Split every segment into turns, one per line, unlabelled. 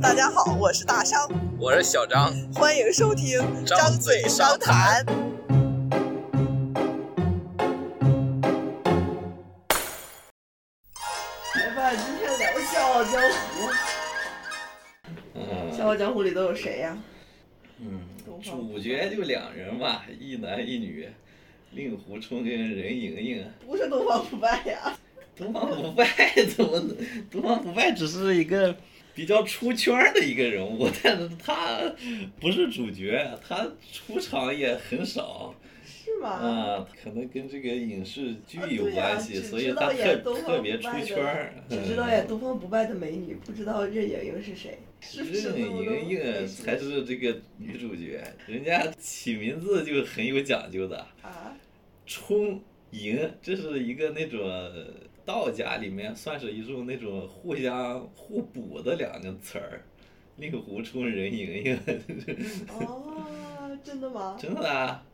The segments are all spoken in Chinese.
大家好，我是大商，
我是小张，
欢迎收听
张
嘴
嘴
商
商
谈
谈。
来吧，哎今天聊《笑傲江湖》。《笑
嗯
傲江湖》里都有谁呀、
嗯，
东方
主角就两人嘛，一男一女，令狐冲跟任盈盈。
不是东方不败呀、
东方不败怎么能？东方不败只是一个比较出圈儿的一个人物，但是他不是主角，他出场也很少
是吗？
啊，可能跟这个影视剧
啊对
有
呀
关系，
只
所以
知道
他特
演东方
特别
不
出
败的
圈儿。 嗯
只知道演东方不败的美女，不知道任盈盈是谁，是不是
任
那么多
盈盈才是这个女主角，人家起名字就很有讲究的。
啊？
充盈，这是一个那种道家里面算是一种那种互相互补的两个词儿，令狐冲任盈盈，
哦，真的 吗？
真的啊。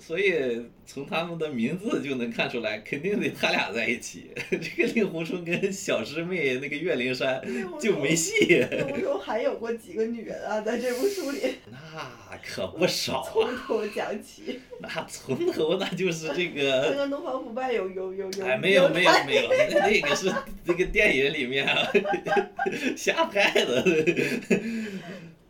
所以从他们的名字就能看出来，肯定得他俩在一起。 这个令狐冲跟小师妹那个岳灵珊
令狐
就
冲
没戏，
那部中还有过几个女人啊，在这部书里
那可不少
从
啊。
头讲起。
那从头那就是这
刚
个
刚东方不败有有有有，
呃哎，没有没有没有，那那个是那个电影里面、啊、瞎拍的。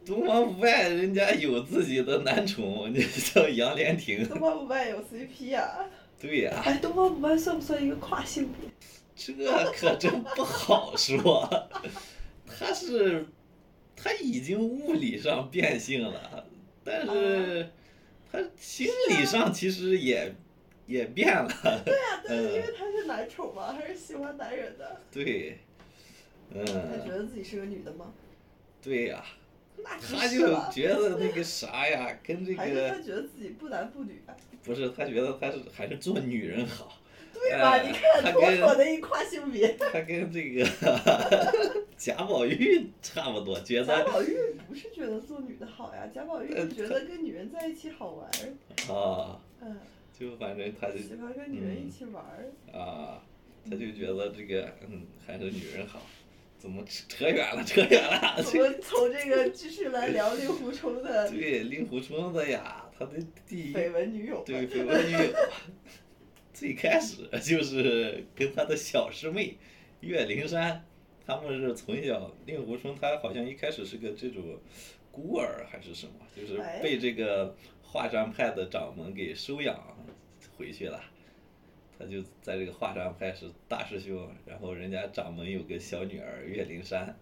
东方不败人家有自己的男宠，那叫杨莲亭。
东方不败有 CP 啊。
对呀、
哎，东方不败算不算一个跨性别？
这可真不好说。他是他已经物理上变性了，但
啊
是他心理上其实也也变了。
啊对，因
呃
为他是男宠嘛，还是喜欢男人的。
对，
他觉
嗯，
得自己是个女的吗？
对呀、
那不
他
是
就
了，
觉得那个啥呀，跟这
还是他
个
觉得自己不男不女啊，
不是，他觉得他是还是做女人好。
对吧？
哎
你看
他
妥妥
跟
的一跨性别。
他跟这个 贾宝玉差不多，觉
贾
得
宝玉不是觉得做女的好呀，贾宝玉
呃
是觉得跟女人在一起好玩儿，
啊，
嗯，
就反正他嗯
喜
就
欢跟女人一起玩儿。
啊，他就觉得这个嗯还是女人好。怎么扯扯远了？扯远了。
我们从这个继续来聊令狐冲的
对，令狐冲的呀，他的第一
绯闻女友吧。
对绯闻女友，最开始就是跟他的小师妹岳灵珊，他们是从小令狐冲他好像一开始是个这种孤儿还是什么，就是
哎
被这个华山派的掌门给收养回去了。他就在这个华山派是大师兄，然后人家掌门有个小女儿岳灵珊，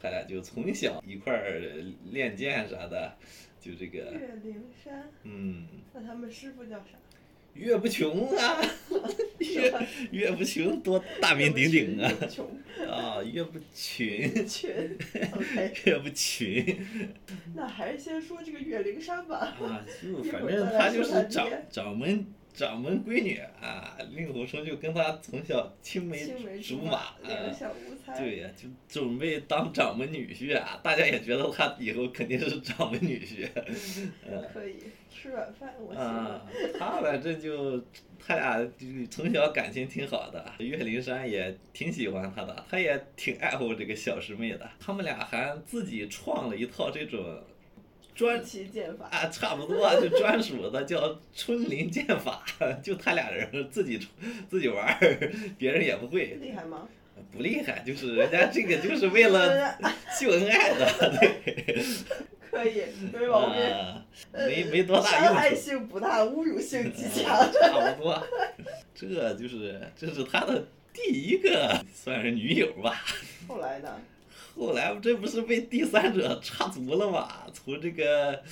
他俩就从小一块儿练剑啥的，就这个
岳灵珊，
嗯，
那他们师傅叫啥？
岳不群 啊，岳岳不群多大名鼎鼎啊！
穷
啊，岳不群，
群，OK，
岳不群
那还是先说这个岳灵珊吧。
啊，就反正他就是掌掌门掌门闺女啊，令狐冲就跟他从小青
青梅
梅
竹
竹马啊，
两小无猜。
对呀、就准备当掌门女婿啊，大家也觉得他以后肯定是掌门女婿，嗯。
可以吃软饭，我喜欢。
啊， 他反正就他俩就是从小感情挺好的，岳灵珊也挺喜欢他的，他也挺爱护这个小师妹的。他们俩还自己创了一套这种专
一起剑法，
啊，差不多啊就专属的叫春林剑法， 就他俩人自己自己玩儿，别人也不会，
厉害吗？
不厉害，就是人家这个就是为了
嗯
秀恩爱的，对，
可以，没毛病。
啊，没没多大
伤
用
害
处。
性不大，侮辱性极强。
差不多。 这就是这是他的第一个算是女友吧。
后来呢？
后来这不是被第三者插足了吗？从这个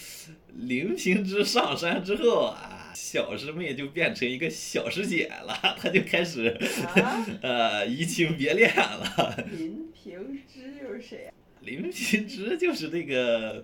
临平之上山之后啊，小师妹就变成一个小师姐了，她就开始
啊，
呃移情别恋了。
林平之又是谁呀？
临平之就是那个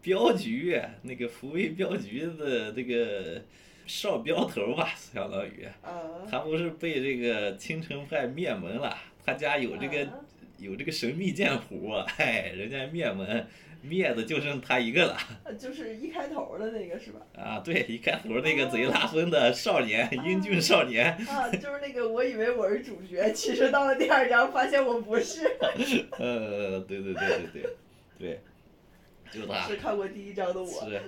镖局那个福卫镖局的这个少镖头吧，相当于。
啊，
他不是被这个青城派灭门了，他家有这个、
啊
有这个神秘剑谱，哎，人家灭门灭的就剩他一个了
嗯就是一开头的那个是吧？
啊！对，一开头
哦
那个贼拉风的少年，英俊少年，
啊，就是那个，我以为我是主 角，其实到了第二章发现我不是。
呃，对对对对对，对，就他
是看过第一章的我，
是，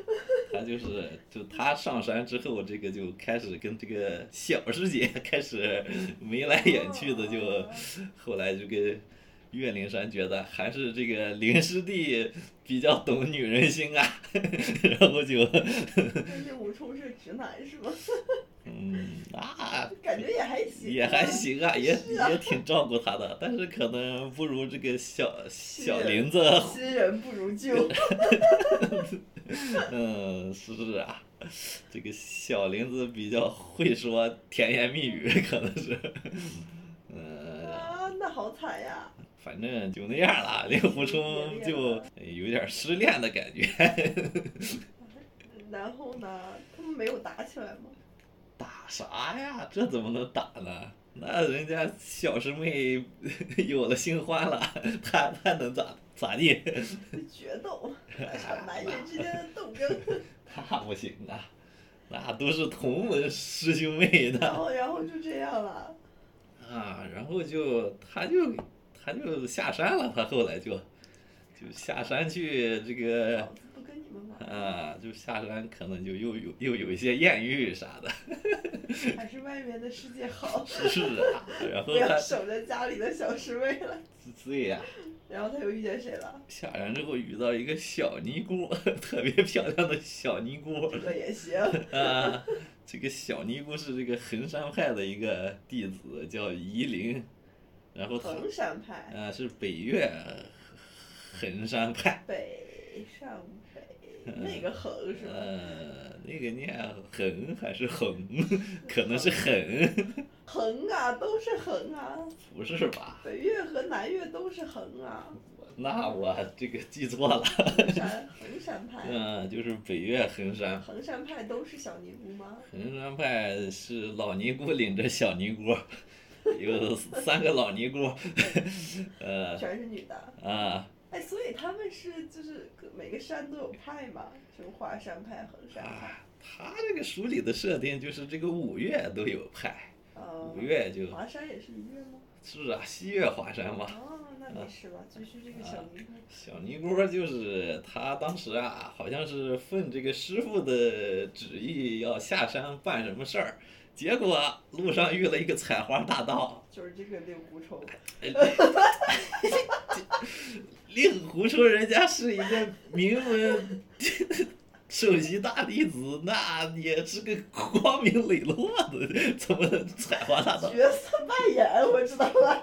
他就是就他上山之后，这个就开始跟这个小师姐 开始眉来眼去的，
哦
就后来就跟岳灵珊觉得还是这个林师弟比较懂女人心啊，然后就
但是武冲是直男是吗？
嗯啊。
感觉也 还行，
也还。行啊，也也挺照顾他的，但是可能不如这个小小林子
新人不如 旧，
嗯，是啊，这个小林子比较会说甜言蜜语，可能是，嗯，
啊，那好惨呀！
反正就那样啦。令狐冲就啊有点失恋的感觉，
然后呢，他们没有打起来吗？
打啥呀？这怎么能打呢？那人家小师妹 有了新欢了，他他能咋咋地？
决斗，一场男人之间的斗争，
那不行啊，那都是同门师兄妹呢。
然后然后就这样了。
啊，然后就他就他就下山了，他后来就就下山去这个
老子不跟你们玩了，
啊，就下山可能就又有又有一些艳遇啥的，
还是外面的世界 好，
是啊，然后
不要
他
守着家里的小师妹了。
对呀、
然后他又遇见谁 了？
下山之后遇到一个小尼姑， 特别漂亮的小尼 姑
这也行，
啊，这个小尼姑是这个衡山派的一个弟子，叫夷陵，然后
衡
他
山派，
啊是北岳衡山派。
北上北，那个衡是吧？
呃，那个念横还是横？ 可能是横，
衡啊，都是衡啊，
不是吧？
北岳和南岳都是衡 啊，
那我这个记错了。
衡山衡山派，
嗯、就是北岳衡山，
衡山派都是小尼姑吗？
衡山派是老尼姑领着小尼姑，有三个老尼姑，呃
全是女的。
啊
哎，所以他们是就是各每个山都有派嘛，什么华山派、衡山派，
啊，他这个书里的设定就是这个五岳都有派，
呃
啊五，岳就
华山也是一月吗？
是啊，西岳华山嘛。
哦，那没事吧，
嗯
就是这个小尼姑。
小尼姑儿就是她当时啊，好像是奉这个师傅的旨意要下山办什么事儿，结果路上遇了一个采花大盗，
就是这个令狐冲，
令狐冲人家是一个名门首席大弟子，那也是个光明磊落的，怎么能采花大盗？
角色扮演我知道了，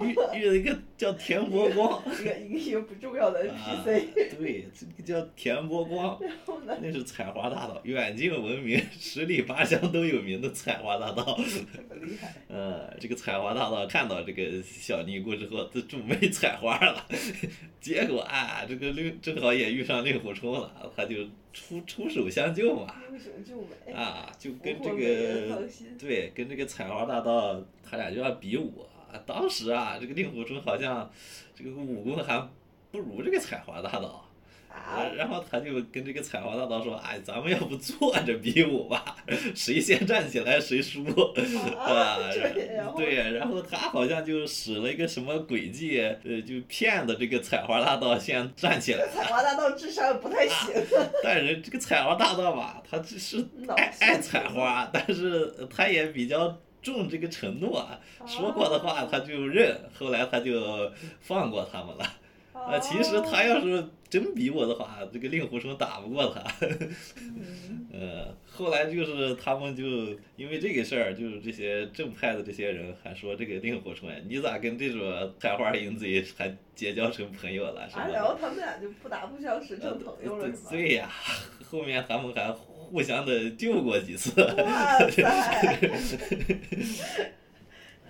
遇遇了一个叫田伯光，
一个一个一个不重要的
啊，
NPC，、
对，这个叫田伯光。
然后呢，
那是采花大盗，远近闻名，十里八乡都有名的采花大盗。
这么厉害，
呃，这个采花大盗看到这个小尼姑之后，他准备采花了， 结果啊，这个令正好也遇上令狐冲了，他就出出手相救嘛，
英雄救美，
啊，就跟
俘
这
获美人
个
芳心，
对，跟这个采花大盗他俩就要比武啊。当时啊，这个令狐冲好像这个武功还不如这个采花大盗。
啊
啊，，然后他就跟这个采花大盗说：“哎，咱们要不坐着比武吧，谁先站起来谁输。” 啊
啊，这然后
对呀，然后他好像就使了一个什么诡计，呃，就骗的这个采花大盗先站起来
这。采花大盗智商也不太行，
但人这个采花大盗吧，他只 是
脑
爱
子
爱采花，但是他也比较重这个承诺，啊说过的话他就认，后来他就放过他们了。
啊，
呃，其实他要是真比我的话，这个令狐冲打不过他。
嗯
呃，后来就是他们就因为这个事儿，就是这些正派的这些人还说这个令狐冲呀，你咋跟这种采花淫贼还结交成朋友了？什
啊，
么
然
的？
后他们俩就不打不相识，成朋友了是吗？
对呀、后面他们还互相的救过几次。
哇塞！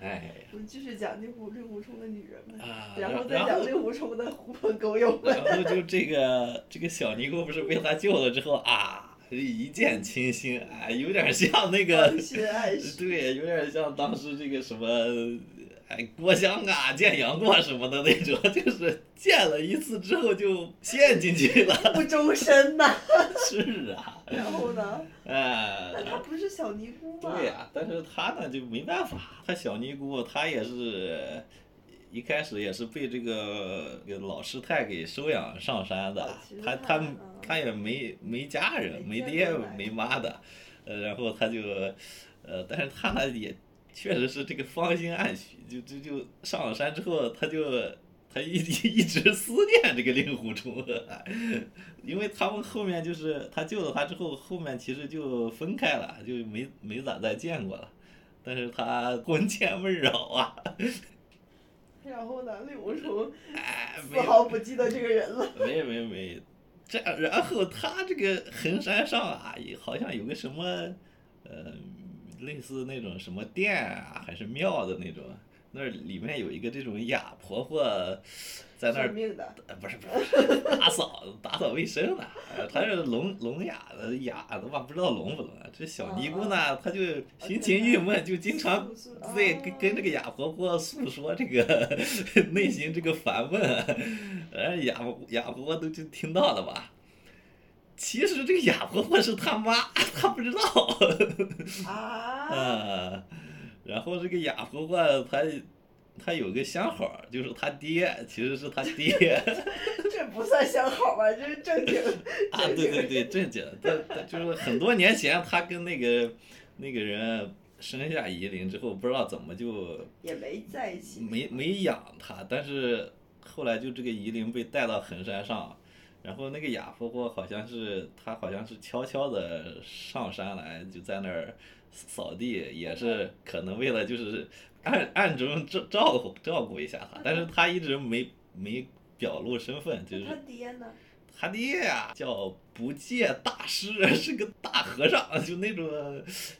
哎
我们继续讲令狐令狐冲的女人们，
啊，
然
然
后再讲令狐冲的狐朋狗友们。
然后就这个这个小尼姑不是被他救了之后啊，一见倾心，哎，有点像那个。
芳心爱世，
对，有点像当时这个什么，哎，郭襄啊、见杨过什么的那种，就是见了一次之后就陷进去了。
不终身呐。
是啊，
然后呢？
哎
那，她不是小尼姑吗？
对呀、但是他呢就没办法，他小尼姑他也是一开始也是被这个这个老师太给收养上山的
哦其实，
他
他
他
嗯
他也没没家人，
没
没
见
爹
过来
没妈的，呃，然后他就，呃，但是他也确实是这个芳心暗许，就就就上了山之后，他就他一一直思念这个令狐冲，因为他们后面就是他救了他之后，后面其实就分开了，就没没咋再见过了。但是他 魂牵梦绕啊，
然后呢，令狐冲
哎，
丝
没有
毫不记得这个人了。
没有没有没有，这样然后他这个衡山上啊，也好像有个什么，呃，类似那种什么殿啊，还是庙的那种，那儿里面有一个这种哑婆婆，在那
算
儿。
命的，
呃不是不是 打扫打扫卫生呢，呃她是聋聋哑的哑的吧，不知道聋不聋啊。这小尼姑呢，她就心情郁闷，就经常
诉诉
对，跟跟这个
哦
哑婆婆诉说这个内心这个烦闷，而哑婆哑婆婆都就听到了吧？其实这个哑婆婆是他妈，她不知道。嗯
啊，
啊，然后这个哑婆婆她她有个相好，就是她爹，其实是她爹。
这不算相好吧？这是正 经
啊，对对对，正经，他他就是很多年前，他跟那个那个人生下夷陵之后，不知道怎么就
也没在一起。
没没养他，但是后来就这个夷陵被带到衡山上，然后那个哑婆婆好像是她好像是悄悄的上山来，就在那儿扫地，也是可能为了就是暗暗中照照顾照顾一下他，但是他一直没没表露身份，就
那他
是
爹呢？
他爹呀、叫不戒大师，是个大和尚，就那种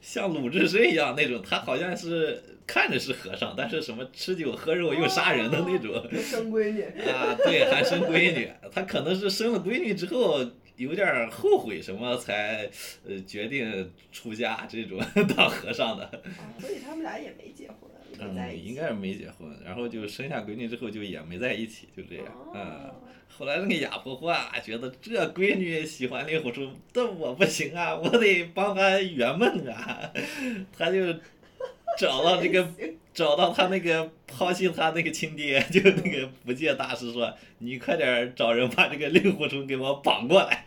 像鲁智深一样那种。他好像是看着是和尚，但是什么吃酒喝肉又杀人的那种。
哦又生闺 女，
啊，对，还生闺女，他可能是生了闺女之后有点儿后悔什么才呃决定出家这种当和尚的。
啊所以他们俩也没结婚，也没在
嗯，
一起。
应该是没结婚，然后就生下闺女之后就也没在一起，就这样。嗯。
哦
后来那个哑婆婆啊，觉得这闺女喜欢令狐冲，这我不行啊，我得帮她圆梦啊， 她就找到这个 找到她那个抛弃她那个亲爹， 就那个不戒大师说，你快点儿找人把这个令狐冲给我绑过来。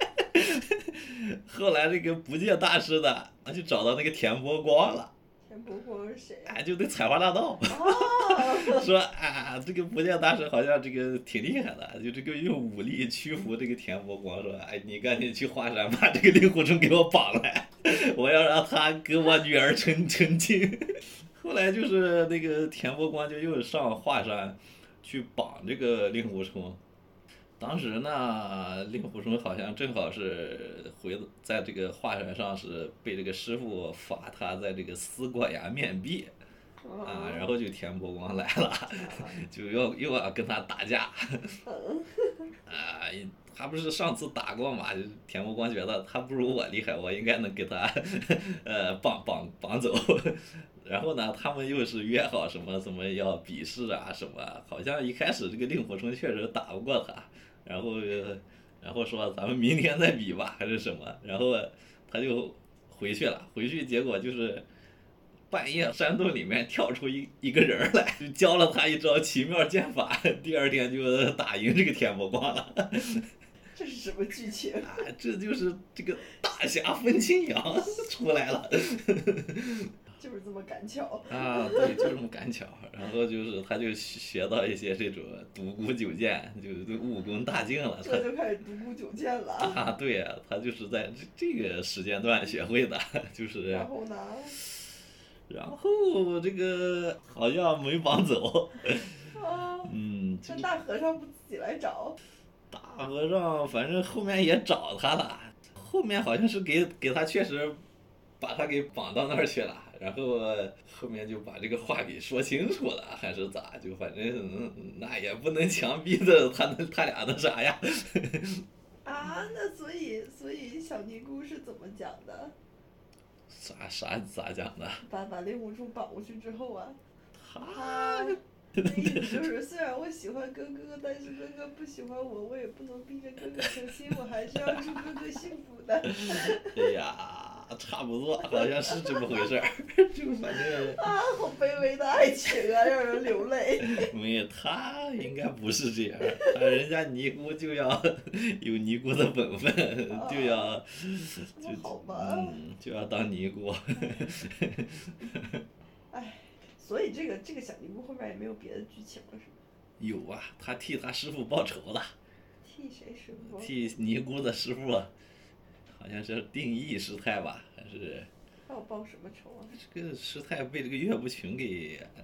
后来这个不戒大师的，就找到那个田伯光了，
田伯光是谁呀？
哎，就那采花大盗。
哦，
说啊，这个不见大师好像这个挺厉害的，就这个用武力屈服这个田伯光。说，哎，你赶紧去华山把这个令狐冲给我绑来，我要让他跟我女儿成成亲。 后来就是那个田伯光就又上华山去绑这个令狐冲。当时呢，令狐冲好像正好是回在这个华山上是被这个师傅罚他在这个思过崖面壁啊，然
后
后就田伯光来了。 就要又要跟他打架，
嗯
啊、他不是上次打过嘛？就田伯光觉得他不如我厉害，我应该能给他， 呃，绑绑绑走。 然后呢，他们又是约好什么什么要比试啊什么，好像一开始这个令狐冲确实打不过他，然后呃然后说咱们明天再比吧还是什么，然后他就回去了，回去结果就是。半夜山洞里面跳出一一个人儿来，就教了他一招奇妙剑法，第二天就打赢这个田伯光了。
这是什么剧情？
啊，这就是这个大侠分青阳 出来了
就是这么赶巧。
啊！对，就这么赶巧。 然后就是他就学到一些这种独孤九剑，就是武功大进了。
这
他
就开始独孤九剑 了。
啊，对呀、他就是在这这个时间段学会的，就是
然后呢？
然后这个好像没绑走，
啊，
嗯，这
这
个
大和尚不自己来找？
大和尚，反正后面也找他了，后面好像是给给他确实把他给绑到那儿去了，然后后面就把这个话给说清楚了，还是咋？就反正、嗯那也不能强逼着他那他俩那啥呀。
啊，那所以所以小尼姑是怎么讲的？
啥啥咋讲的？
把把令狐冲绑过去之后啊，
他
那意思就是虽然我喜欢哥哥，但是哥哥不喜欢我， 我也不能逼着哥哥成亲，我还是要祝哥哥幸福的。
哎呀，差不多，好像是这么回事儿，就反正。
啊，好卑微的爱情啊，让人流泪。
没有，他应该不是这样，他人家尼姑就要有尼姑的本分，就要就
哦好吧
嗯，就要当尼姑。
哎，所以这个这个小尼姑后面也没有别的剧情了，是吗？
有啊，他替他师傅报仇了，
替谁师傅？
替尼姑的师傅，好像是定义师太吧，还是
他要报什么仇啊？
这个师太被这个岳不群给呃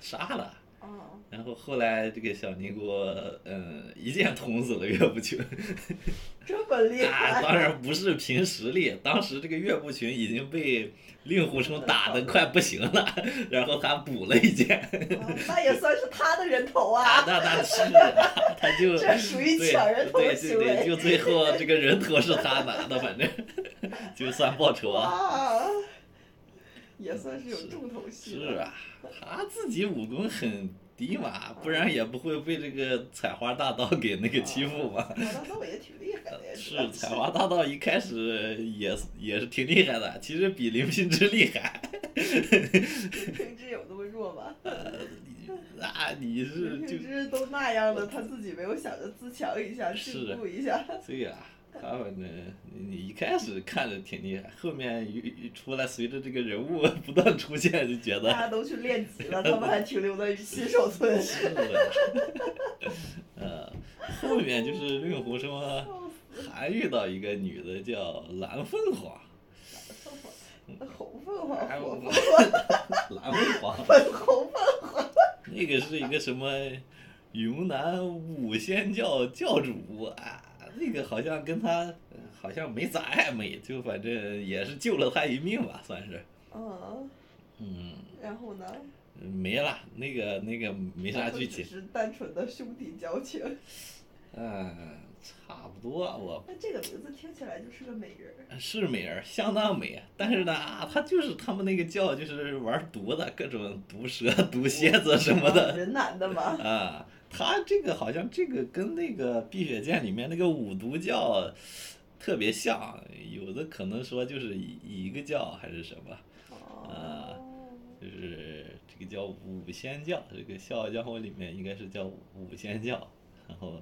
杀了。
啊，
然后后来，这个小尼姑，嗯，一剑捅死了岳不群，
这么厉
啊，
害！
当然不是凭实力，当时这个岳不群已经被令狐冲打得快不行了， 然后他补了一剑，
啊那也算是他的人头
啊，
啊，
那那是啊，他就
这属于
对
抢人头
对
的
对
行
对，
为。
就最后这个人头是他拿的，反正 就算报仇啊，
哇，也算是有重头戏
是
了。
啊，他自己武功很低嘛，不然也不会被这个采花大盗给那个欺负嘛。
我当时我也挺厉害的，也
是采花 大盗一开始也是也是挺厉害的，其实比林平之厉害。
平之有那么弱吗？
那你 是
平
就
之都那样了，他自己没有想着自强一下、
是
进步一下。
对呀、啊他反正你你一开始看着挺厉害，后面又又出来，随着这个人物 不断出现，就觉
大家
得
都去练级了，他们还停留在新手 村。
是的。呃，后面就是令狐冲啊
哦
还遇到一个女的叫蓝凤凰，
红凤凰，
哎我
火凤凰，
蓝凤凰
粉红凤
那个是一个什么云南五仙教教主啊，那个好像跟他呃好像没咋暧昧，就反正也是救了他一命吧，算是，
凰。
嗯。
嗯，然后呢？
没了，那个那个没啥剧
只
情，
是单纯的兄弟交情。
嗯，差不多，我
那这个名字听起来就是个美人儿。
是美人，相当美，但是呢，啊，他就是他们那个教就是玩毒的，各种毒蛇、毒蝎子 什么的，
人男的 嘛，
啊，他这个好像这个跟那个《碧血剑》里面那个五毒教特别像，有的可能说就是一一个教还是什么，啊
哦，
就是这个叫五仙教，这个《笑傲江湖》里面应该是叫五仙教，然后。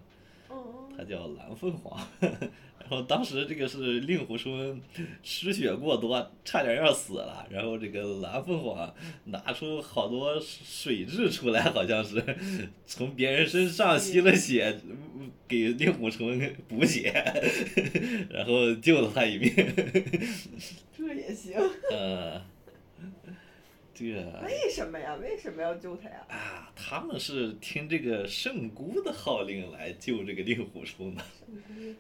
嗯，
它叫蓝凤凰。 然后当时这个是令狐冲失血过多，差点要死了。然后这个蓝凤凰拿出好多水蛭出来，好像是从别人身上吸了血，给令狐冲补血， 然后救了他一命。
这也行。
呃，这个
为什么呀？为什么要救他呀？
啊，他们是听这个圣姑的号令来救这个令狐冲的。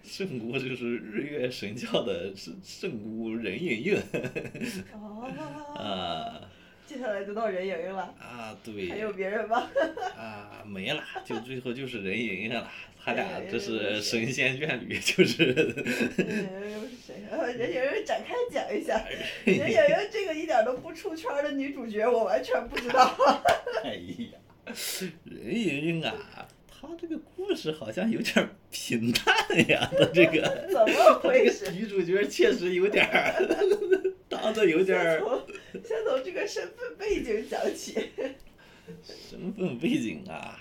圣姑就是日月神教的圣圣姑任盈盈
哦，
啊
接下来就到任盈盈了，
啊，
还
对
有别人 吗？
啊，没了，就最后就是任盈盈 了，他
任
俩
盈盈
这
是
是
谁
神仙眷 侣，就是
任盈盈又是谁？呃任盈盈展开讲一 下。任盈盈这个一点都不出圈的女主角，我完全不知道。
哎呀，任盈盈啊，她这个故事好像有点儿平淡呀，她这个
怎么
她这
回
个
事？
女主角确实有点儿 当的有点
先
儿。
从先从这个身份背景讲起。
身份背景啊，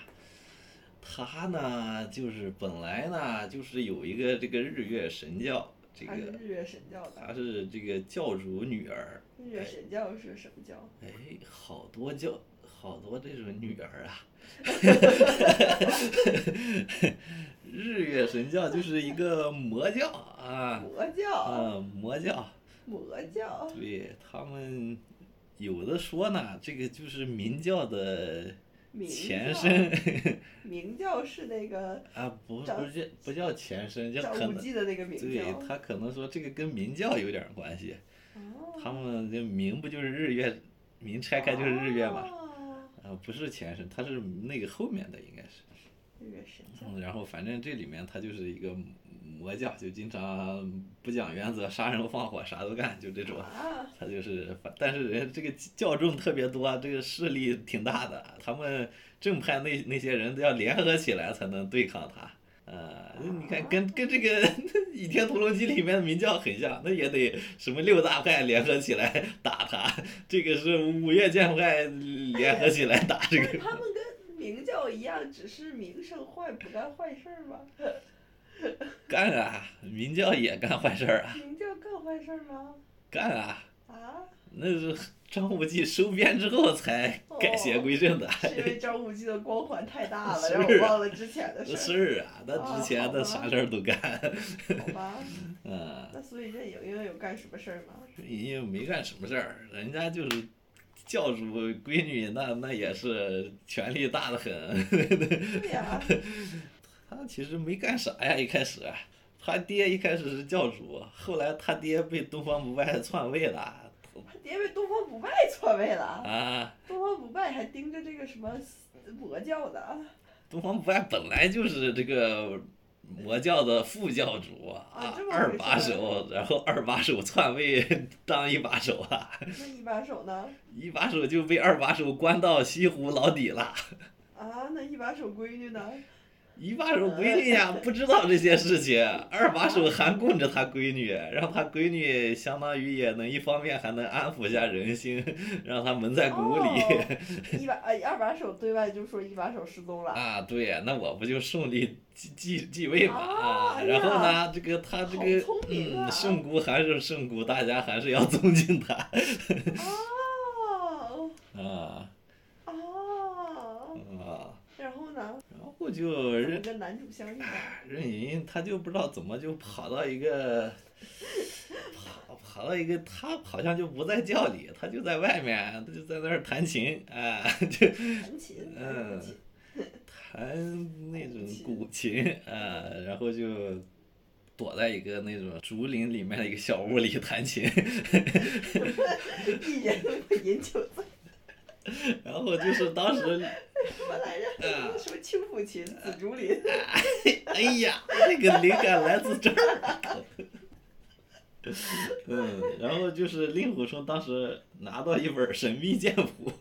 他呢就是本来呢就是有一个这个日月神教，这
她是
个
日月神教的，
她是这个教主女儿，
日月神教是什么教？
哎，好多教好多这种女儿啊。 日月神教就是一个魔教啊，
魔教，
啊魔教，
魔教。
对他们有的说呢，这个就是明教的
明
前
教
身。
明教是那个
啊，不不
找
叫不叫前身，叫
张
可
无
能
忌的那个明
对
教。
他可能说这个跟明教有点关系，
哦
他们这明不就是日月，明拆开就是日月嘛，
哦
啊不是前身，它是那个后面的应该是，
日月神教。
嗯，然后反正这里面它就是一个魔教，就经常不讲原则，杀人放火啥都干，就这种。
啊，
他就是，但是人家这个教众特别多，这个势力挺大的，他们正派那那些人都要联合起来才能对抗他。啊、呃，你看跟跟这个 《倚天屠龙记》里面的明教很像，那也得什么六大派联合起来打他，这个是五岳剑派联合起来打这
但是
个。
他们跟明教一样，只是名声坏，不干坏事儿吗？
干啊，明教也干坏事儿啊，
明教干坏事儿吗？
干啊，
啊，
那是张无忌收编之后才改邪归正的。
哦是 因为张无忌的光环太大了，
是
让我忘了之前的事
是啊，他之前他
啊
啥事儿都干，
儿，好吧？
嗯，
那所以任盈盈有干什么事儿吗？
人家没干什么事儿，人家就是教主闺女，那那也是权力大的很。
对呀、
他其实没干啥呀，一开始，他爹一开始是教主，后来他爹被东方不败篡位了，
他爹被东方不败篡位了，
啊，
东方不败还盯着这个什么魔教的，
东方不败本来就是这个。魔教的副教主啊
啊这，么
二
回
把
事
手，然后二把手篡位 当一把手啊，
那一把手呢？
一把手就被二把手关到西湖老底了。
啊，那一把手闺女呢？
一把手闺女呀，不知道这些事情；二把手还供着他闺女，让他闺女相当于也能一方面还能安抚一下人心， 让他蒙在鼓里。
哦一把呃二把手对外就说一把手失踪了，
啊，对，那我不就顺利继继继位嘛
啊哎呀
然后呢，这个他这个、
好聪明啊
嗯，圣姑还是圣姑，大家还是要尊敬他
哦
啊
哦，
啊。
然后呢？
然后就
怎么
认
跟男主相遇的？
任盈他就不知道怎么就跑到一个，跑跑到一个他好像就不在教里，他就在外面，他就在那儿弹琴，哎、 就
弹琴，
嗯
弹琴，
弹那种古琴，啊、然后就躲在一个那种竹林里面的一个小屋里弹 琴，
一人我饮酒醉，
然后就是当时，
什么来着？什么轻抚琴、紫竹林？
哎呀，那个灵感来自这儿。 嗯，然后就是令狐冲当时拿到一本《神秘剑谱》，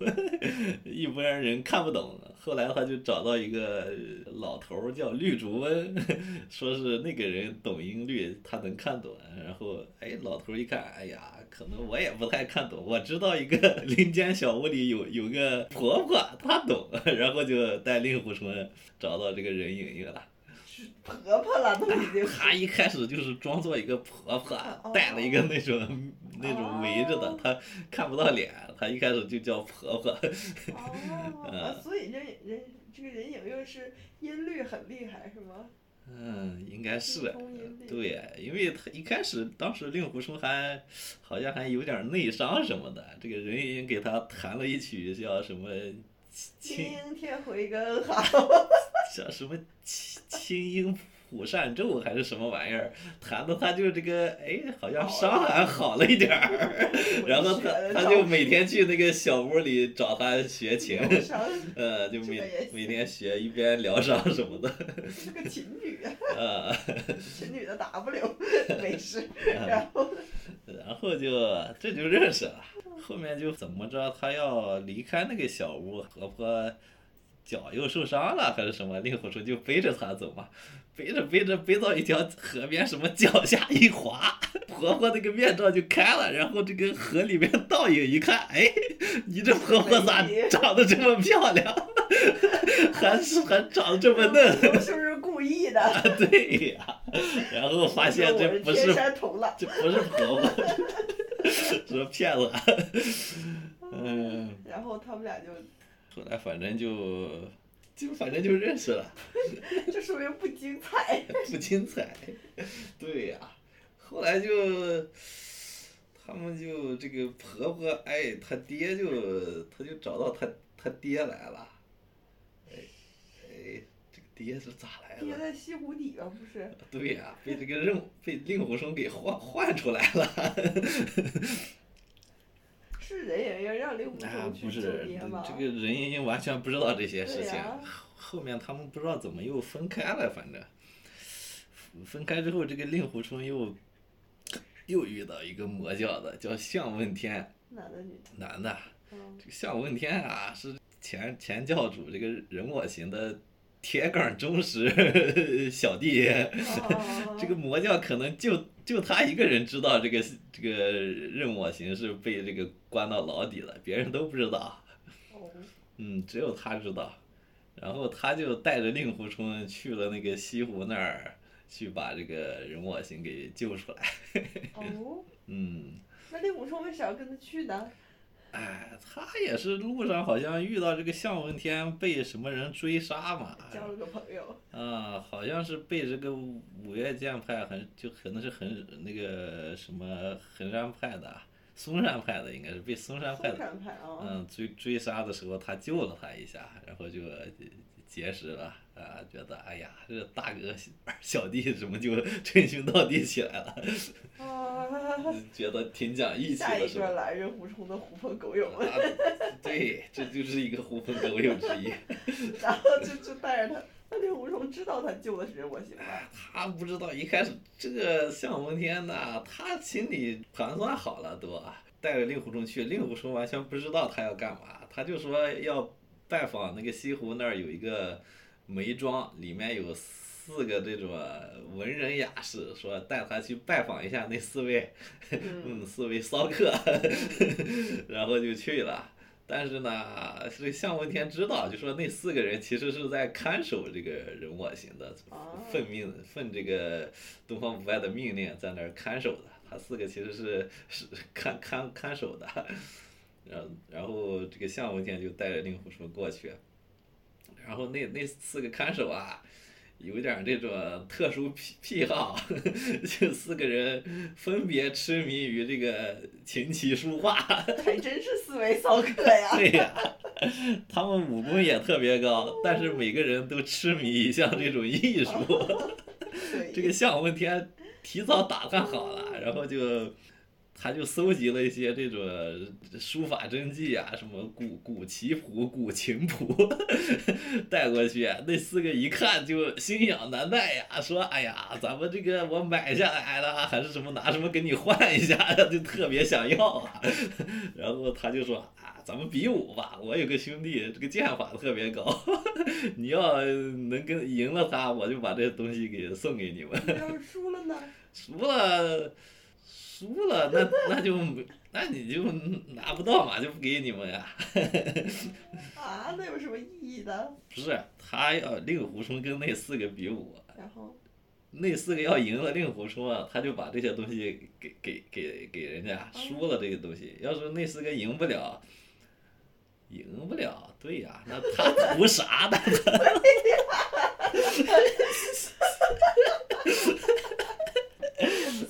一般人看不懂。后来他就找到一个老头儿叫绿竹温，说是那个人懂音律，他能看懂。然后哎，老头儿一看，哎呀，可能我也不太看懂。我知道一个 林间小屋里有有个婆婆，她懂。 然后就带令狐冲找到这个任盈盈了。
婆婆了都已经。
她一开始就是装作一个婆婆
哦，
戴了一个那种那种围着的
哦，
她看不到脸，她一开始就叫婆婆。嗯
哦，所以任任这个任盈盈是音律很厉害是吗？
嗯，应该是
通音律，
对，因为她一开始当时令狐冲还好像还有点内伤什么的，这个人已经给他弹了一曲叫什么清
听天回根好。
叫什么清清音普善咒还是什么玩意儿，弹的他就这个哎好像
啊
伤还好了一点儿。然 后他他就每天去那个小屋里找他学琴，呃，就
这个也
每
行
每天学一边疗伤什么的，
是个琴女，啊
呃，
琴女的 W 没事。
嗯
然后
然后就这就认识了。后面就怎么着，他要离开那个小屋，婆婆脚又受伤了还是什么，令狐冲就背着她走嘛，背着背着背到一条河边，什么脚下一滑， 婆婆那个面罩就开了，然后这个河里面倒影一看，哎，你这婆婆咋长得这么漂亮， 还是还长得这么嫩？
是不是故意的？
对呀、然后发现这不
天
是
山童姥，
这不是婆婆，是骗子。嗯，
然后他们俩就，
后来反正就就反正就认识了，
这说明不精彩。
不精彩。对呀、后来就他们就这个婆婆，哎，她爹就她就找到她她爹来了，哎哎，这个爹是咋来
跌
的？
在西湖底吧，不是？
对呀、被这个任务被令狐冲给换换出来了。
是任盈盈让令狐
啊
冲，去
不是，
救
这
爹吗？
这个任盈盈完全不知道这些事
对
情
呀，
后面他们不知道怎么又分开了，反正分开之后，这个令狐冲又又遇到一个魔教的，叫向问天，
男的女的？
男的，
嗯
这个向问天啊是前前教主这个任我行的铁杆忠实 小弟，
哦
这个魔教可能就就他一个人知道这个这个任我行是被这个关到牢底了，别人都不知道。
哦
嗯，只有他知道。然后他就带着令狐冲去了那个西湖那儿，去把这个任我行给救出来。
哦，
嗯，
那令狐冲为啥要跟他去呢？
哎，他也是路上好像遇到这个项问天被什么人追杀嘛，
交了个朋友。
啊，好像是被这个五岳剑派很就可能是很那个什么衡山派的啊，嵩山派的应该是被嵩山派
松
的，
山派啊，
嗯，追追杀的时候他救了他一下，然后就结识了啊，觉得哎呀，这大哥小 小弟怎么就称兄道弟起来了，
啊，
觉得挺讲义气
下
的
一
是
个
吧？
来任狐冲的狐朋狗友 们，
啊，对，这就是一个狐朋狗友之一。
然后就就带着他。那令狐冲知道他救的是任我行 吧？
他不知道一开始这个项蒙天呐，他心里盘算好了都啊，带着令狐冲去，令狐冲完全不知道他要干嘛，他就说要拜访那个西湖那儿有一个梅庄，里面有四个这种文人雅士，说带他去拜访一下那四位。
嗯，
嗯，四位骚客， 然后就去了。但是呢，这项文天知道，就说那四个人其实是在看守这个人我行的，
哦
奉命奉这个东方不败的命令在那儿看守的。他四个其实是是看看看守的，然后然后这个项文天就带着令狐冲过去，然后那那四个看守啊，有点儿这种特殊癖癖好， 就四个人分别痴迷于这个琴棋书画。
还真是四维骚客呀！
对呀、他们武功也特别高，但是每个人都痴迷一项这种艺术。
对
这个项问天提早打探好了，然后就。他就搜集了一些这种书法真迹啊，什么古古棋谱、古琴谱， 带过去，那四个一看就心痒难耐呀，说哎呀，咱们这个我买下来了，还是什么拿什么给你换一下， 就特别想要啊。 然后他就说啊，咱们比武吧，我有个兄弟这个剑法特别高，你要能跟赢了他，我就把这东西给送给你们。
要是输了呢？
输了，输了，那那就没那你就拿不到嘛，就不给你们呀。
啊，那有什么意义呢？
不是，他要令狐冲跟那四个比武，
然后，
那四个要赢了令狐冲啊，他就把这些东西给给给给人家输了这个东西。要是那四个赢不了，赢不了，对呀、那他图啥呢？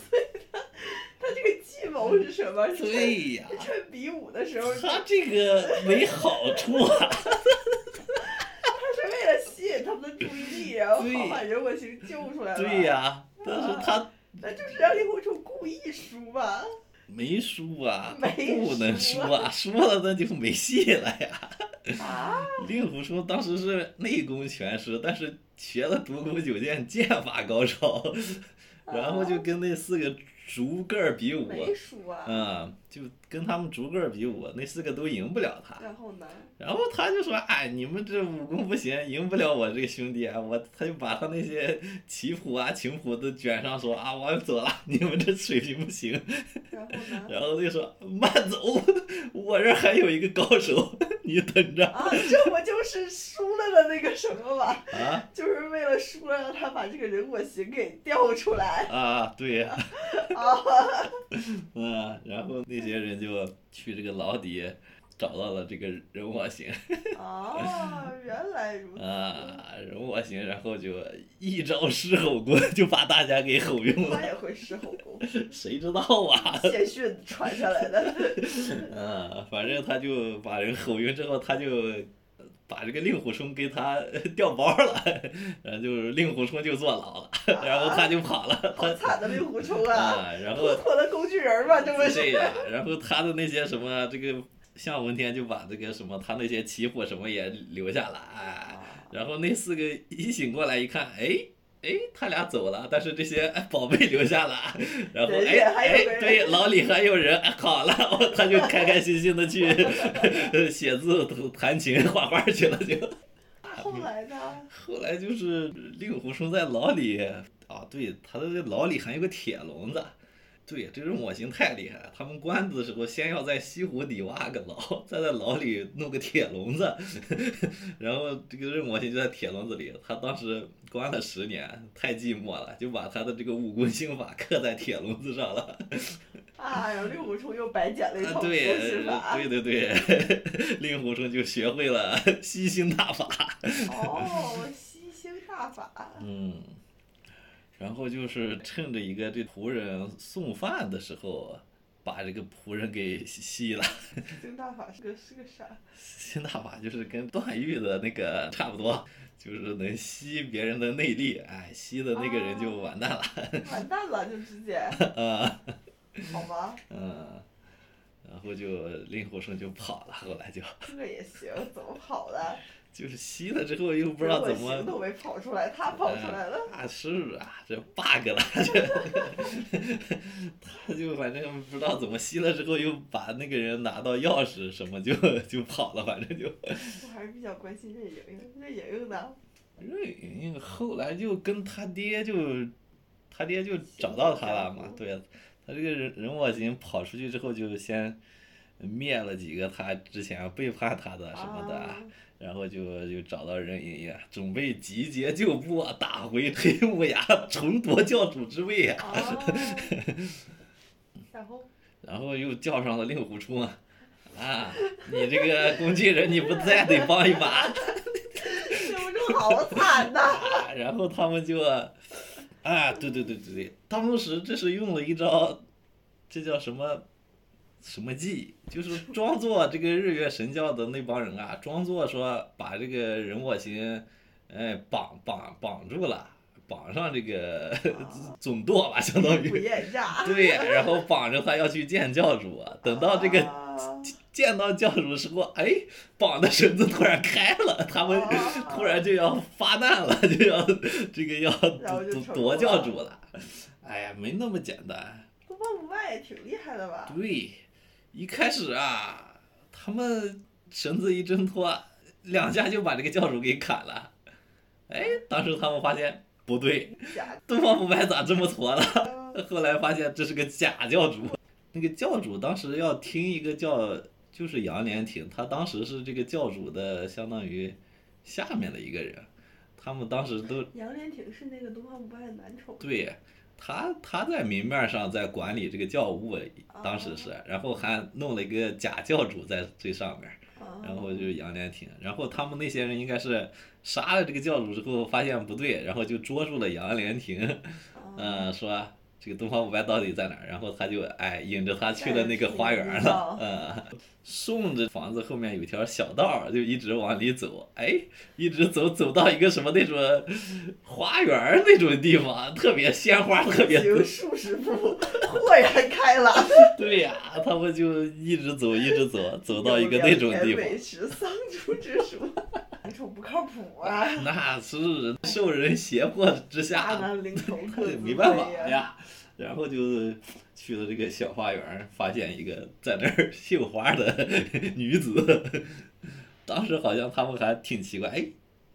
他这个计谋是什么？是趁
对呀、
趁比武的时候，
他这个没好处啊。
他是为了吸引他们的注意力，然后好把任我行救出来了。
对、呀、但是他
那就是让令狐冲故意输吧？
没输啊，他
没
不能输
输
啊，输了那就没戏了 呀。
啊，
令狐冲当时是内功全失，但是学了独孤九剑剑法高超，然后就跟那四个逐个儿比武，
啊没输啊。
嗯，就跟他们逐个儿比武，那四个都赢不了他。
然后呢？
然后他就说：“哎，你们这武功不行，赢不了我这个兄弟啊！”我他就把他那些棋谱啊、琴谱都卷上说：“啊，我走了，你们这水平不行。”
然后呢？
然后就说慢走， 我这儿还有一个高手， 你等着
啊，这不就是输了的那个什么吗？
啊
就是为了输了让他把这个人我行给调出来
啊，对呀、
啊！
嗯，然后那些人就去这个牢底找到了这个人我行
啊，原来如此。
啊，人我行，然后就一招狮吼功 就把大家给吼晕
他
了，
也会狮吼功，
谁知道啊？
谢逊传下来的。
嗯，反正他就把人吼晕之后，他就把这个令狐冲给他 调包了， 然后就是令狐冲就坐牢了， 然后他就跑了，他
啊好惨的令狐冲啊！
啊，然
妥
后
妥的工具人嘛，这不
是
是？
这样，然后他的那些什么这个项文天就把这个什么他那些棋谱什么也留下来，
哦啊
然后那四个一醒过来一看，哎。哎，他俩走了，但是这些哎宝贝留下了，然后
对
哎
还有
哎
个，人
对，牢里还有人，哎好了，他就 开开心心的去写字、弹琴、画画去了，就
后后来呢？
后来就是令狐冲在牢里啊，对，他的这牢里还有个铁笼子。对，这种模型太厉害了。他们关子的时候，先要在西湖底挖个牢，再在牢里弄个铁笼子， 然后这个任模型就在铁笼子里。他当时关了十年，太寂寞了，就把他的这个武功心法刻在铁笼子上了。
哎呀，令狐冲又白捡了一
啊
套，功
对，
式法。哦
对对对， 令狐冲就学会了吸星大法。
哦，吸星煞法。
嗯，然后就是趁着一个这仆人送饭的时候，把这个仆人给吸了。
吸星大法是个是个啥？
吸大法就是跟段誉的那个差不多，就是能吸别人的内力，哎，吸的那个人就完蛋了。
完蛋了，就直接，
啊，
好吗？
嗯，然后就令狐冲就跑了，后来就
这个也行，怎么跑的？
就是吸了之后又不知道怎
我行
么。
都没跑出来，他跑出来了。
啊，是啊，这 bug 了，这他就反正不知道怎么吸了之后，又把那个人拿到钥匙什么就就跑了，反正就。
我还是比较关心任盈盈，任盈盈呢？
任盈盈后来就跟他爹就，他爹就找到他了嘛，对，啊他这个人人我行跑出去之后就先灭了几个他之前背叛他的什么的。
啊
然后就就找到任盈盈，准备集结旧部啊，打回黑木崖，重夺教主之位啊！
哦，然后
然后又叫上了令狐冲啊，啊，你这个工具人你不在得帮一把，
忍不住好惨呐！
啊 然后他们就，啊，对对对对对，当时这是用了一招，这叫什么，什么计，就是装作这个日月神教的那帮人啊，装作说把这个人我行，哎，绑绑绑住了，绑上这个 总舵吧，相当
啊不
于，
厌诈。
对，然后绑着他要去见教主啊，等到这个
啊
见到教主时候，哎，绑的绳子突然开了，他们
啊
突然就要发难了， 就要这个要
然后就
夺
成功
夺夺教
了
主了。哎呀，没那么简单。
不报不卖也挺厉害的吧？
对，一开始啊，他们绳子一挣脱，两下就把这个教主给砍了。哎，当时他们发现不对，
假
东方不败咋这么挫了？
的，
后来发现这是个假教主，那个教主当时要听一个叫就是杨莲亭，他当时是这个教主的相当于下面的一个人，他们当时都
杨莲亭是那个东方不败的男宠。
对他他在明面上在管理这个教务，啊当时是，然后还弄了一个假教主在最上面，
啊
然后就是杨莲亭，然后他们那些人应该是杀了这个教主之后发现不对，然后就捉住了杨莲亭。
啊
嗯，说这个东方不败到底在哪儿？然后他就哎引着他去了那个花园
带着去
了，嗯，顺着房子后面有条小道儿，就一直往里走，哎，一直走走到一个什么那种花园儿那种地方，特别鲜花，特别多
行数十步，豁然开朗，
对呀、他们就一直走，一直走，走到一个那种地
有良田
方，
美食桑竹之属， 男宠不靠谱啊！
那是受人胁迫之
大
下，
难临头 各自
没办法哎
飞呀。
呀。然后就是去了这个小花园儿，发现一个在那儿 绣花的女子。 当时好像他们还挺奇怪，哎，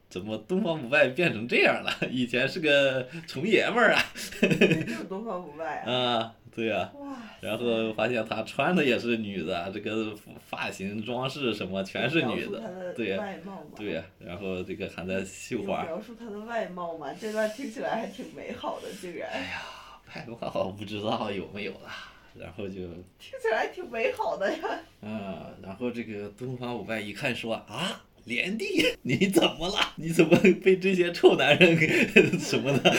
怎么东方不败变成这样了？ 以前是个穷爷们儿啊！
就是东方不败 啊！
啊，对呀、
哇，
然后发现她穿的也是女的，啊这个发型、装饰什么全是女
描述她
的，
的
对呀、
外貌吗？
对呀、然后这个还在绣
有
花。
描述她的外貌吗？这段听起来还挺美好的，竟然
外貌哎我不知道有没有了，然后就
听起来还挺美好的 呀！
啊，然后这个东方不败一看说啊，连帝， 你怎么了？你怎么被这些臭男人给 什么的？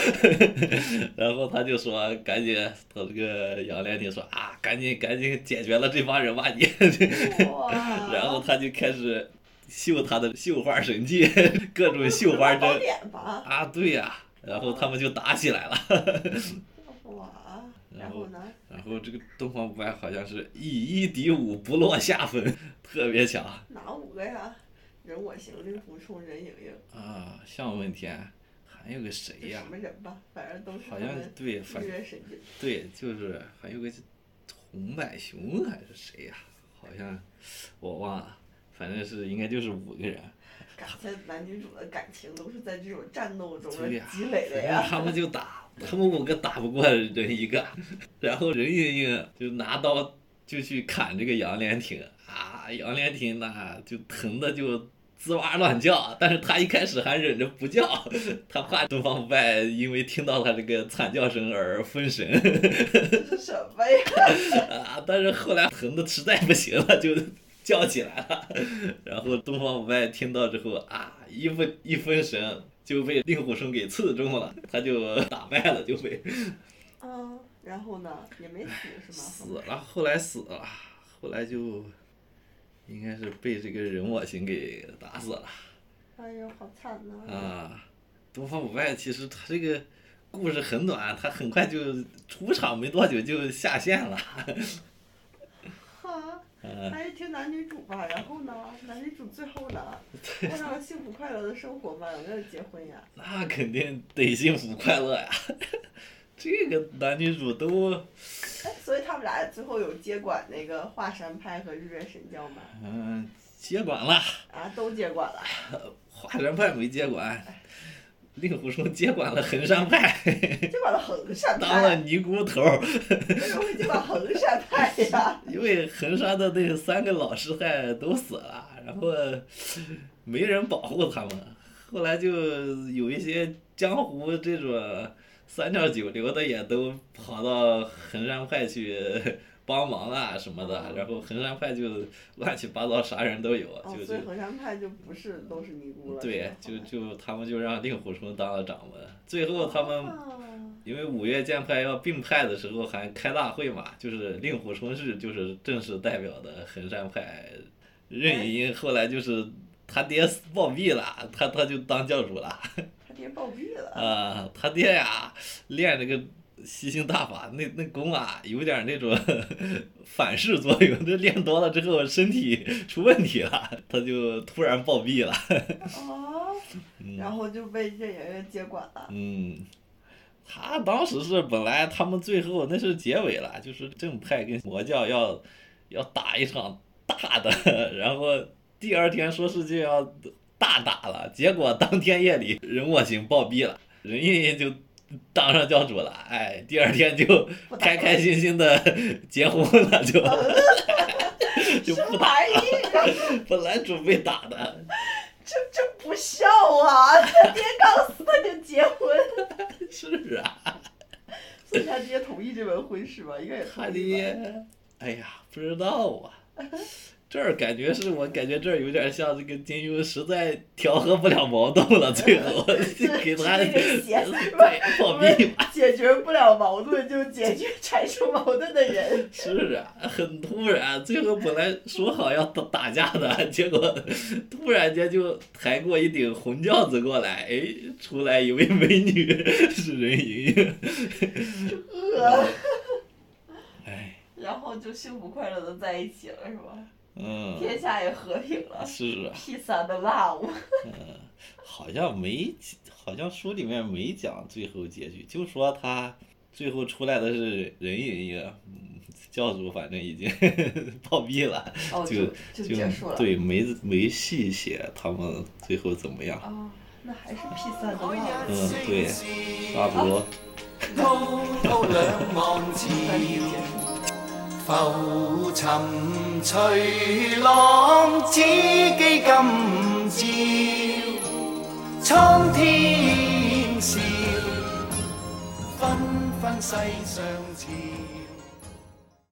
然后他就说，赶紧，他这个杨莲亭说啊，赶紧赶紧解决了这帮人吧你。
哇，
然后他就开始绣他的绣花神技， 各种绣花
宝
针
典吧，
啊，对呀、然后他们就打起来了。
哇，
然
然
后
后呢？
然后这个东方不败好像是以一敌五，不落下风，特别强
哪五个呀？人我行，令狐冲，人影影，
啊！向问天，还有个
这
哎谁呀
什、么人吧？反正都是他
好像
们
对，反
日月神剑。
对，就是还有个红百雄还是谁呀、好像我忘了，反正是应该就是五个人。
感觉男女主的感情都是在这种战斗中
对呀
积累的 呀。
他们就打，他们五个打不过人一个， 然后任盈盈就拿刀就去砍这个杨莲亭啊，杨莲亭呐就疼的就吱哇乱叫，但是他一开始还忍着不叫， 他怕东方不败因为听到他这个惨叫声而分神
这是什么呀？
啊， 但是后来疼的实在不行了就。叫起来了，然后东方不败听到之后啊，一分一分神就被令狐冲给刺中了，他就打败了，就被
嗯，然后呢，也没死是吗？
死了，后来死了，后来就应该是被这个人我行给打死了
哎呀，好惨呐、
啊。东方不败其实他这个故事很短，他很快就出场没多久就下线了。
哈，
嗯、
还是哎听男女主吧。然 后呢，男女主最后呢，过上了幸福快乐的生活吗？有没有结婚呀？
那肯定得幸福快乐呀。 这个男女主都，
哎，所以他们俩最后有接管那个华山派和日月神教吗？
嗯、接管了，
啊，都接管 了。
华山派没接管，令狐冲接管了衡山派，
接管了衡山
当了
派，
尼姑头儿。
为什么会接管衡山派啊呀？
因为衡山的那三个老师害都死了，然后没人保护他们，后来就有一些江湖这种三教九流的也都跑到衡山派去帮忙啊什么的，然后衡山派就乱七八糟啥人都有，
哦
就，就
所以衡山派就不是都是尼姑了。
对，
是
就
吗
就他们就让令狐冲当了掌门，最后他们
啊
因为五岳剑派要并派的时候还开大会嘛，就是令狐冲是就是正式代表的衡山派，任盈盈后来就是他爹暴毙了，他他就当教主了
他爹暴毙了。
啊、他爹呀练这个吸星大法那那功啊，有点那种 反噬作用，这练多了之后身体出问题了，他就突然暴毙了，
哦，然后就被任盈盈接管了。
嗯。他当时是本来他们最后那是结尾了，就是正派跟魔教要要打一场大的， 然后第二天说是就要大打了，结果当天夜里人我行暴毙了，任盈盈就当上教主了，哎，第二天就
不打
开
了
开心 心的结婚了，就 就
什
不
么
打，
玩意 儿？
本来准备打的，
这这不孝啊！他爹刚死他就结婚，
是啊。
所以他爹同意这门婚事吧？应该也同意
他
吧。
爹，哎呀，不知道 啊。这儿感觉是我感觉这儿有点像这个金庸实在调和不了矛盾了， 最后就给他
这个写
对暴毙吧。
解决不了矛盾，就解决产生矛盾的人。
是啊，很突然，最后本来说好要打打架的，结果突然间就抬过一顶红轿子过来，哎，出来一位美女，是任盈 盈。
呃，
哎，
然后就幸福快乐的在一起了，是吧？
嗯，
天下也和平了。
是啊。
P 三的 love，
好像没，好像书里面没讲最后结局，就说他最后出来的是任盈盈，嗯，教主反正已经 暴毙了，
哦，
就
就结束了。
对，没没细写他们最后怎么样。
哦，那还是 P 三的 love。
嗯，对，阿
哦
伯，
高高兩望自
算是结束。
浮沉隨浪，只記今朝，苍天笑，紛紛世上潮。